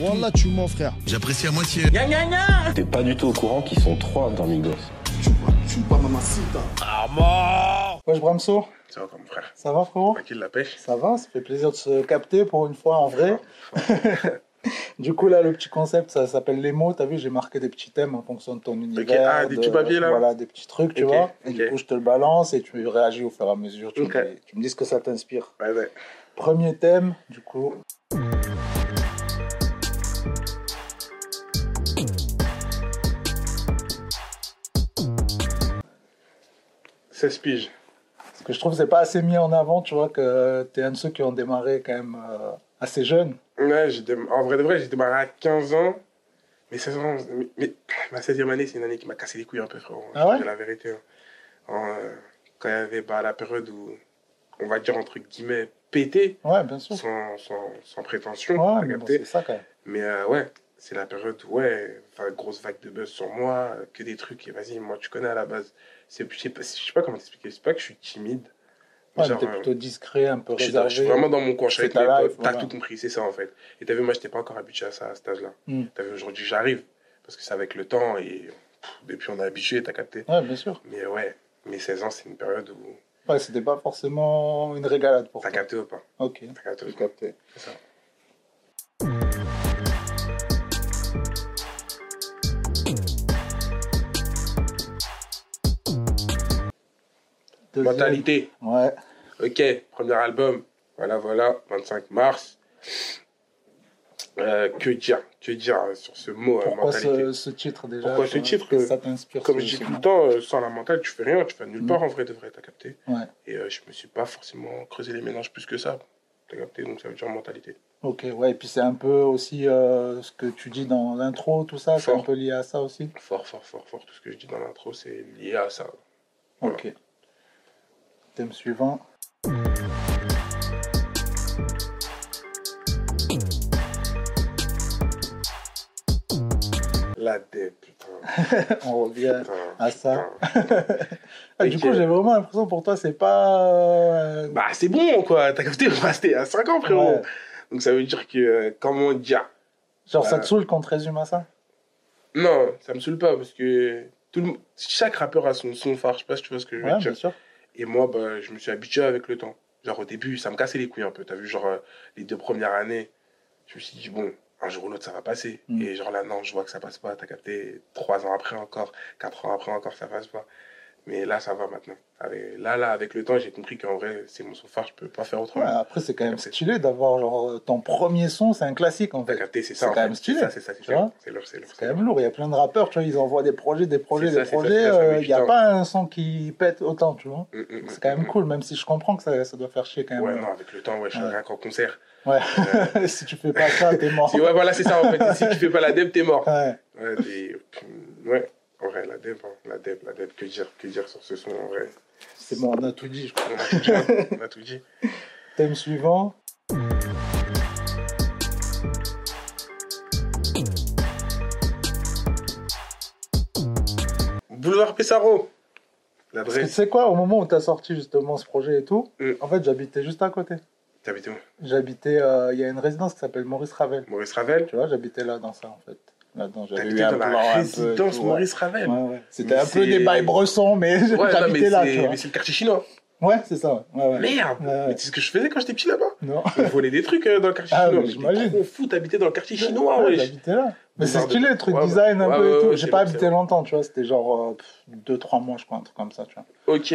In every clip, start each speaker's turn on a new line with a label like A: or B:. A: Wallah, tu mens, frère.
B: J'apprécie à moitié.
C: T'es pas du tout au courant qu'ils sont trois dans Migos.
D: Wesh Bramso,
E: Ça va comme frère
D: ça va frérot
E: Tranquille la pêche
D: Ça va, ça fait plaisir de se capter pour une fois en vrai. du coup là le petit concept ça s'appelle les mots, t'as vu j'ai marqué des petits thèmes en fonction de ton univers.
E: ah, des
D: de-
E: petits papiers, là
D: Voilà, des petits trucs tu
E: Ok,
D: vois. Et du
E: ok.
D: coup je te le balance et tu réagis au fur et à mesure, tu,
E: Ok.
D: me, dis- tu me dis ce que ça t'inspire.
E: Ouais ouais.
D: Premier thème du coup,
E: C'est piges.
D: ce que je trouve c'est pas assez mis en avant tu vois que t'es un de ceux qui ont démarré quand même euh, assez jeune.
E: Ouais, j'ai dé- en vrai de vrai, j'ai démarré à 15 ans. Mais, 16 ans, mais, mais ma 16e année, c'est une année qui m'a cassé les couilles un peu, frérot.
D: Ah ouais
E: Je te dis la vérité. hein. En, euh, quand il y avait bah, la période où, on va dire entre guillemets, pété,
D: Ouais bien sûr.
E: sans, sans, sans prétention,
D: Ouais
E: t'as
D: mais bon,
E: capté.
D: c'est ça quand même.
E: Mais euh, ouais, c'est la période où, ouais, enfin, grosse vague de buzz sur moi, euh, que des trucs. Et vas-y, moi, tu connais à la base. C'est- Je sais pas, je sais pas comment t'expliquer. C'est pas que je suis timide. mais
D: Ouais,
E: genre,
D: t'es
E: euh,
D: plutôt discret, un peu
E: Je suis, dans-
D: réservé.
E: je suis vraiment dans mon coin, je suis
D: C'est
E: avec
D: ta
E: mes
D: life,
E: potes. T'as
D: voilà.
E: tout compris, c'est ça en fait. Et t'as vu, moi, j'étais pas encore habitué à ça à cet âge-là.
D: Mm.
E: T'as vu, aujourd'hui, j'arrive. Parce que c'est avec le temps et pff, depuis, on est habitué, t'as capté.
D: Ouais bien sûr.
E: Mais ouais, mes 16 ans, c'est une période où.
D: Ouais, c'était pas forcément une régalade pour
E: T'as
D: toi.
E: capté ou pas
D: Ok.
E: T'as capté ou pas
D: capté.
E: C'est ça.
D: Deuxième.
E: Mentalité.
D: Ouais.
E: Ok, premier album. Voilà, voilà, 25 mars. Euh, que dire Que dire euh, sur ce mot, euh,
D: Pourquoi
E: mentalité
D: ce, ce titre déjà
E: Pourquoi ce
D: toi,
E: titre
D: que ça t'inspire
E: Comme je
D: ce-
E: dis
D: ce
E: tout le
D: nom
E: temps, euh, sans la mentale, tu fais rien, tu vas nulle
D: Mm.
E: part en vrai de vrai, t'as capté
D: Ouais.
E: Et euh, je me suis pas forcément creusé les mélanges plus que ça, t'as capté Donc ça veut dire mentalité.
D: Ok, ouais, et puis c'est un peu aussi euh, ce que tu dis dans l'intro, tout ça, c'est
E: Fort.
D: un peu lié à ça aussi.
E: Fort, fort, fort, fort. Tout ce que je dis dans l'intro, c'est lié à ça. Voilà.
D: Ok. Thème suivant.
E: La dette, putain.
D: On revient
E: putain,
D: à ça.
E: putain.
D: Ah, du
E: Ok.
D: coup, j'ai vraiment l'impression pour toi, c'est pas. euh,
E: Bah, c'est bon, quoi. T'as capté Bah, C'était à 5 ans, frérot.
D: Ouais.
E: Donc ça veut dire que, euh, comment dire
D: Genre, ça
E: Euh.
D: te saoule qu'on te résume à ça
E: Non, ça me saoule pas parce que tout le... chaque rappeur a son son phare, je sais pas si tu vois ce que je veux dire.
D: Ouais, hein, bien sûr.
E: Et moi, bah, je me suis habitué avec le temps. Genre au début, ça me cassait les couilles un peu. T'as vu, genre euh, les deux premières années, je me suis dit, bon, un jour ou l'autre, ça va passer.
D: Mm.
E: Et genre là, non, je vois que ça passe pas. T'as capté, trois ans après encore, quatre ans après encore, ça passe pas. Mais là, ça va maintenant. Avec- Là, là, avec le temps, j'ai compris qu'en vrai, c'est mon son phare, je peux pas faire
D: Ouais,
E: autrement.
D: Ah, après, c'est quand même
E: C'est-
D: stylé d'avoir genre ton premier son, c'est un classique en
E: T'as
D: fait.
E: capté, c'est
D: C'est
E: ça. en
D: quand
E: fait.
D: même stylé.
E: C'est ça, c'est ça, c'est
D: Tu vois
E: ça. C'est leur, c'est leur.
D: C'est quand même lourd. Il y a plein de rappeurs, tu vois, ils envoient des projets, des projets,
E: C'est ça,
D: des
E: c'est ça,
D: projets.
E: c'est ça, ça
D: euh,
E: met
D: Il
E: du
D: n'y a
E: temps.
D: pas un son qui pète autant, tu vois.
E: Mm, mm,
D: C'est
E: mm,
D: quand
E: mm,
D: même
E: mm.
D: cool, même si je comprends que ça, ça doit faire chier quand même.
E: Ouais, non, avec le temps, ouais, je fais
D: Ouais.
E: rien qu'en concert.
D: Ouais.
E: Euh,
D: si tu fais pas ça, t'es mort.
E: si- ouais, voilà, c'est ça en fait. Si tu fais pas la deb, t'es mort.
D: Ouais.
E: Ouais, des- ouais, en vrai, la dev, hein, la dev, la dev, que dire, que dire sur ce son, en vrai.
D: C'est bon, on a tout dit. je crois.
E: On a tout dit, hein, on a tout dit.
D: Thème suivant.
E: Boulevard Pessaro,
D: Parce que tu
E: l'adresse,
D: sais quoi, au moment où t'as sorti justement ce projet et tout,
E: Mm.
D: en fait, j'habitais juste à côté.
E: t'habites où
D: J'habitais, euh, il y a une résidence qui s'appelle Maurice Ravel.
E: Maurice Ravel
D: Tu vois, j'habitais là dans ça en fait. Là-dedans, j'avais
E: T'habitais
D: eu un
E: dans
D: plan un
E: la
D: peu et
E: résidence
D: tout, ouais.
E: Maurice Ravel
D: Ouais, ouais. C'était
E: Mais
D: un peu
E: c'est-
D: des bails bressons, mais
E: Ouais, non, mais
D: j'habitais là, tu
E: c'est
D: vois.
E: mais c'est le quartier chinois.
D: Ouais, c'est ça. ouais. Ouais, ouais.
E: Merde
D: Ouais, ouais.
E: Mais c'est ce que je faisais quand j'étais petit là-bas.
D: Non.
E: On volait des trucs euh, dans le quartier
D: Ah,
E: chinois.
D: mais
E: Mais t'es
D: j'imagine.
E: trop fou, t'habitais dans le quartier chinois,
D: Ouais,
E: wesh.
D: J'habitais là. Mais c'est
E: Boulevard de-
D: stylé, le truc
E: Ouais,
D: design un
E: ouais,
D: peu
E: ouais,
D: et tout.
E: ouais,
D: J'ai
E: c'est
D: pas
E: bon,
D: habité
E: c'est
D: longtemps, tu vois. C'était genre euh, 2-3 mois, je crois, un truc comme ça, tu vois.
E: Ok,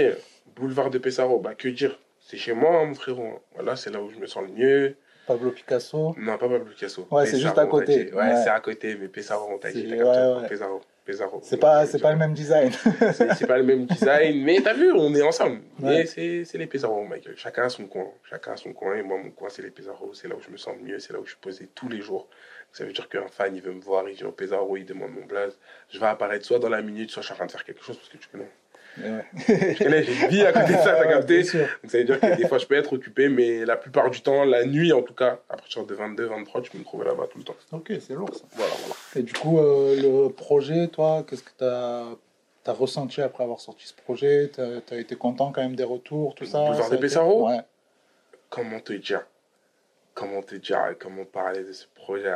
E: boulevard de Pessaro, bah que dire C'est chez moi, hein, mon frérot. Voilà, c'est là où je me sens le mieux.
D: Pablo Picasso.
E: Non, pas Pablo Picasso.
D: Ouais, c'est
E: Pesaro,
D: juste à
E: on t'a
D: côté.
E: dit. Ouais,
D: Ouais.
E: c'est à côté, mais Pesaro, on t'a dit.
D: C'est-
E: t'as capté, hein,
D: ouais, ouais.
E: Pesaro, Pesaro.
D: C'est pas, c'est pas le même design.
E: C'est c'est pas le même design, mais t'as vu, on est ensemble.
D: Ouais.
E: Mais c'est c'est les Pesaro, Michael. Chacun a son coin. Chacun a son coin. Et moi, mon coin, c'est les Pesaro. C'est là où je me sens le mieux. C'est là où je suis posé tous les jours. Ça veut dire qu'un fan, il veut me voir, il vient au Pesaro, il demande mon blaze. Je vais apparaître soit dans la minute, soit je suis en train de faire quelque chose, parce que tu connais. Tu connais, j'ai une vie à côté de ça, t'as capté
D: Bien sûr.
E: donc ça veut dire que des fois je peux être occupé, mais la plupart du temps, la nuit en tout cas, à partir de 22, 23, tu peux me trouver là-bas tout le temps.
D: Ok, c'est lourd ça.
E: Voilà.
D: Et du coup, euh, le projet, toi, qu'est-ce que t'as as ressenti après avoir sorti ce projet T'as as été content quand même des retours, tout ça
E: Boulevard
D: Ça a
E: de
D: été-
E: Pesaro
D: Ouais.
E: Comment te dire comment te dire, comment parler de ce projet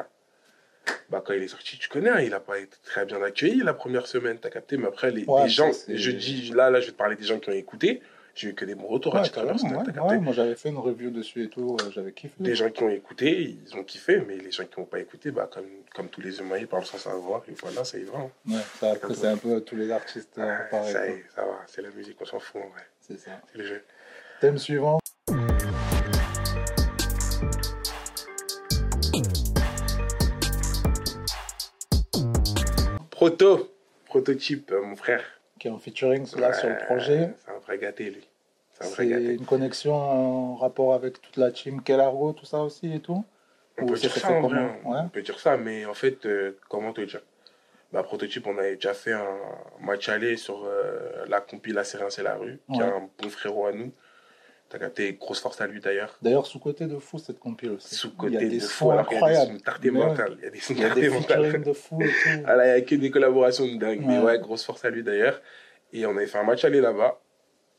E: bah, quand il est sorti, tu connais, hein, il n'a pas été très bien accueilli la première semaine, t'as capté, mais après, les,
D: Ouais,
E: les gens,
D: ça, c'est-
E: je dis, là, là, je vais te parler des gens qui ont écouté, j'ai eu que des bons retours à
D: Ouais,
E: titre personnel,
D: carrément, ouais,
E: t'as capté.
D: ouais, moi j'avais fait une review dessus et tout, euh, j'avais kiffé.
E: Les gens qui ont écouté, ils ont kiffé, mais les gens qui n'ont pas écouté, bah, comme, comme tous les humains, ils parlent sans savoir, et voilà, ça y va. hein.
D: Ouais, ça, après, c'est un peu tous les artistes euh,
E: Ouais,
D: pareil.
E: ça,
D: quoi.
E: y- Ah, ça va, c'est la musique, on s'en fout, en vrai.
D: C'est ça.
E: C'est le jeu.
D: Thème suivant.
E: Proto, prototype, euh, mon frère.
D: qui est en featuring là sur le
E: Ouais,
D: projet.
E: C'est un vrai gâté, lui. C'est un
D: C'est
E: vrai gâté.
D: une connexion en rapport avec toute la team Kellargo, tout ça aussi et tout.
E: On
D: Ou
E: peut
D: ça
E: dire
D: se
E: ça,
D: fait
E: en vrai,
D: comment
E: on
D: Ouais.
E: on peut dire ça, mais en fait, euh, comment te dire bah, Prototype, on avait déjà fait un match aller sur euh, la compi La Sérénce et la rue, qui est
D: Ouais.
E: un bon frérot à nous. T'as capté, grosse force à lui d'ailleurs.
D: D'ailleurs, sous-côté de fou cette compile aussi. Il y
E: Sous-côté
D: a des
E: de
D: sons
E: fou, alors qu'il y a des
D: incroyables.
E: sons tartés
D: Mais ouais.
E: mentales. Il y a des sons
D: Il y a des
E: tartés mentales.
D: featuring de fou et tout.
E: Ah là, il n'y a que des collaborations de dingue. Mais
D: Ouais.
E: ouais, grosse force à lui d'ailleurs. Et on avait fait un match aller là-bas.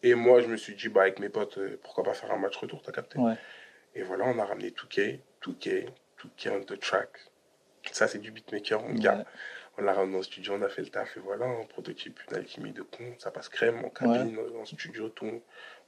E: Et moi, je me suis dit, bah, avec mes potes, euh, pourquoi pas faire un match retour, t'as capté
D: Ouais.
E: Et voilà, on a ramené Touquet, Touquet, Touquet on the track. Ça, c'est du beatmaker, mon gars.
D: Ouais.
E: On l'a ramené en studio, on a fait le taf, et voilà, un prototype, une alchimie de con, ça passe crème, en cabine, en studio, tout. On,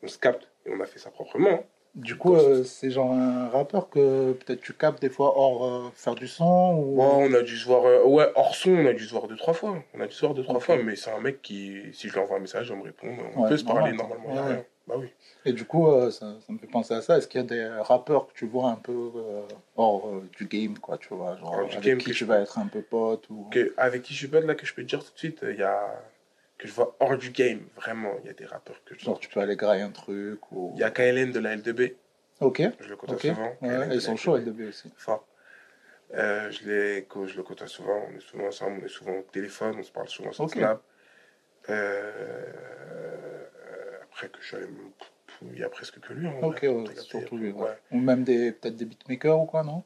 E: on se capte, et on a fait ça proprement.
D: Du coup, euh, c'est genre un rappeur que peut-être tu captes des fois hors euh, faire du son ou...
E: Ouais, on a dû se voir, euh, ouais, hors son, on a dû se voir deux, trois fois. On a dû se voir deux, trois
D: Ok.
E: fois, mais c'est un mec qui, si je lui envoie un message, il va me répondre. On
D: Ouais,
E: peut se parler
D: normal.
E: normalement, y a
D: Ouais,
E: rien. Bah oui.
D: Et du coup, euh, ça, ça me fait penser à ça. Est-ce qu'il y a des rappeurs que tu vois un peu euh, hors euh, du game, quoi, tu vois, genre
E: Hors du
D: avec
E: game,
D: qui
E: que
D: tu
E: je-
D: vas être un peu pote ou...
E: que, avec qui je suis pote là que je peux te dire tout de suite, il y a que je vois hors du game, vraiment. Il y a des rappeurs que je
D: Genre tu peux aller grailler un truc ou...
E: Il y a KLN de la L2B,
D: Ok,
E: je le côtoie
D: ok.
E: souvent.
D: Ouais,
E: KLN de
D: ils sont
E: la
D: chauds,
E: L2B,
D: LDB aussi.
E: Fort. Euh, je, les, co- je le côtoie souvent, on est souvent ensemble, on est souvent au téléphone, on se parle souvent sur
D: Ok.
E: Snap. Euh, euh, après que je suis allé. me- Il y a presque que lui. en
D: Ok,
E: vrai.
D: ouais,
E: T'as capté,
D: surtout
E: il y a-
D: lui. ouais.
E: ouais.
D: Ou même des peut-être des beatmakers ou quoi, non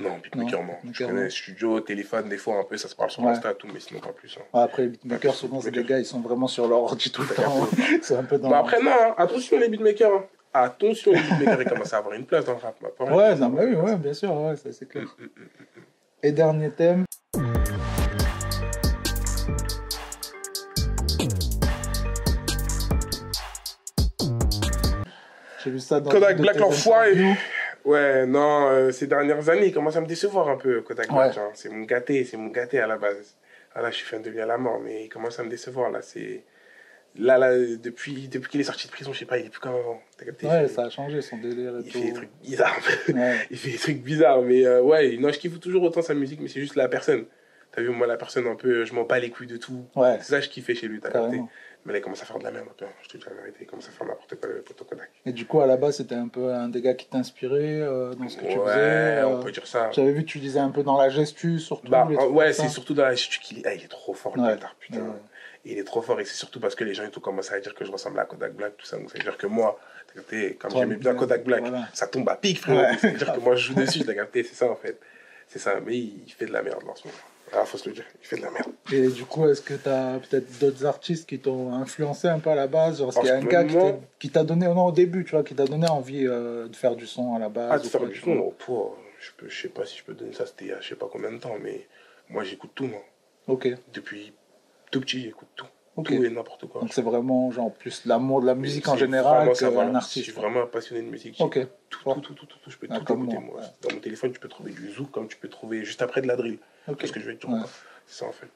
E: Non, beatmaker,
D: Non,
E: non. Je
D: beatmaker, non.
E: connais studio, téléphone, des fois un peu, ça se parle sur
D: Ouais.
E: Insta, tout, mais sinon pas plus. hein.
D: Ah, Après, les beatmakers,
E: Pas plus,
D: souvent, c'est des
E: beatmaker.
D: gars, ils sont vraiment sur leur ordi tout le temps. c'est un peu dans
E: Bah après, non, hein. attention les beatmakers. hein. Attention les beatmakers, ils commencent à avoir une place dans le rap. ma parole.
D: Ouais, non, mais oui, ouais, bien sûr, ouais, ça c'est clair.
E: Euh,
D: Et dernier thème, j'ai vu ça dans
E: Kodak
D: une de
E: Black,
D: tes
E: l'enfoiré.
D: interviews.
E: Ouais, non, euh, ces dernières années, il commence à me décevoir un peu, Kodak Black,
D: Ouais.
E: hein. C'est mon gâté, c'est mon gâté à la base. Ah là, je suis fan de lui à la mort, mais il commence à me décevoir là. C'est. Là, là, depuis, depuis qu'il est sorti de prison, je sais pas, il est plus comme avant. T'as capté il
D: Ouais,
E: fait-
D: ça a changé son délire et
E: Il
D: tout.
E: fait des trucs bizarres.
D: Ouais.
E: il fait des trucs bizarres, mais euh, ouais, non, je kiffe toujours autant sa musique, mais c'est juste la personne. T'as vu, moi, la personne un peu, euh, je m'en bats les couilles de tout.
D: ouais,
E: C'est ça que je kiffais chez lui, t'as capté.
D: carrément.
E: Mais là, il commence à faire de la merde un peu, hein. je te dis la vérité. Il commence à faire n'importe quoi le poteau Kodak.
D: Et du coup, à la base, c'était un peu un des gars qui t'inspirait euh, dans ce que
E: ouais,
D: tu faisais.
E: on
D: euh,
E: peut dire ça.
D: J'avais vu que tu disais un peu dans la gestu, surtout.
E: Bah,
D: les
E: euh,
D: trucs
E: ouais,
D: comme
E: c'est
D: ça.
E: surtout dans la chute qu'il est. Ah, il est trop fort, le
D: Ouais.
E: bâtard, putain.
D: Ouais.
E: Il est trop fort et c'est surtout parce que les gens ils ont commencé à dire que je ressemble à Kodak Black, tout ça. Donc, c'est-à-dire que moi, t'as capté, comme
D: Toi,
E: j'aimais bien
D: bien,
E: Kodak Black,
D: voilà.
E: ça tombe à pic, frère.
D: Ouais.
E: C'est-à-dire que moi, je joue dessus, t'as capté, c'est ça en fait. C'est ça, mais il fait de la merde là, en ce moment. Ah, faut se le dire, il fait de la merde.
D: Et du coup, est-ce que tu as peut-être d'autres artistes qui t'ont influencé un peu à la base Genre, est-ce
E: En
D: qu'il y a
E: ce
D: un gars qui t'a-
E: moment-
D: qui t'a donné, non, au début, tu vois, qui t'a donné envie euh, de faire du son à la base
E: Ah,
D: ou
E: de faire
D: quoi,
E: du
D: tu
E: son,
D: vois
E: oh, pour, je, peux, je sais pas si je peux donner ça, c'était il y a je sais pas combien de temps, mais moi, j'écoute tout, moi.
D: Ok,
E: Depuis tout petit, j'écoute tout.
D: ok.
E: Tout et n'importe quoi.
D: Donc c'est vraiment, genre, plus l'amour de la musique en
E: C'est
D: général
E: vraiment ça,
D: qu'un
E: voilà.
D: artiste.
E: Je suis vraiment un passionné de musique.
D: Ok,
E: Tout,
D: Ouais.
E: tout, tout, tout, tout, tout, je peux
D: Ah,
E: tout
D: comme
E: écouter.
D: moi,
E: Moi.
D: ouais.
E: Dans mon téléphone, tu peux trouver du zouk comme tu peux trouver juste après de la drill.
D: ok,
E: Qu'est-ce que je vais te dire
D: Ouais.
E: quoi. C'est ça en fait.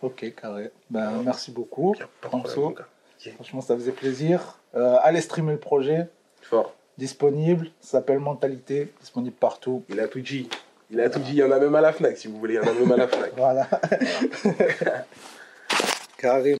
D: ok, carré. Ben,
E: Ouais.
D: merci beaucoup.
E: Il n'y a pas de
D: Franso.
E: problème, mon gars.
D: Franchement, ça faisait plaisir. Euh, allez streamer le projet,
E: Fort.
D: disponible, ça s'appelle Mentalité, disponible partout.
E: Il a tout dit. Il a tout dit. Il y en a même à la Fnac si vous voulez. Il y en a même à la Fnac.
D: Voilà. carré.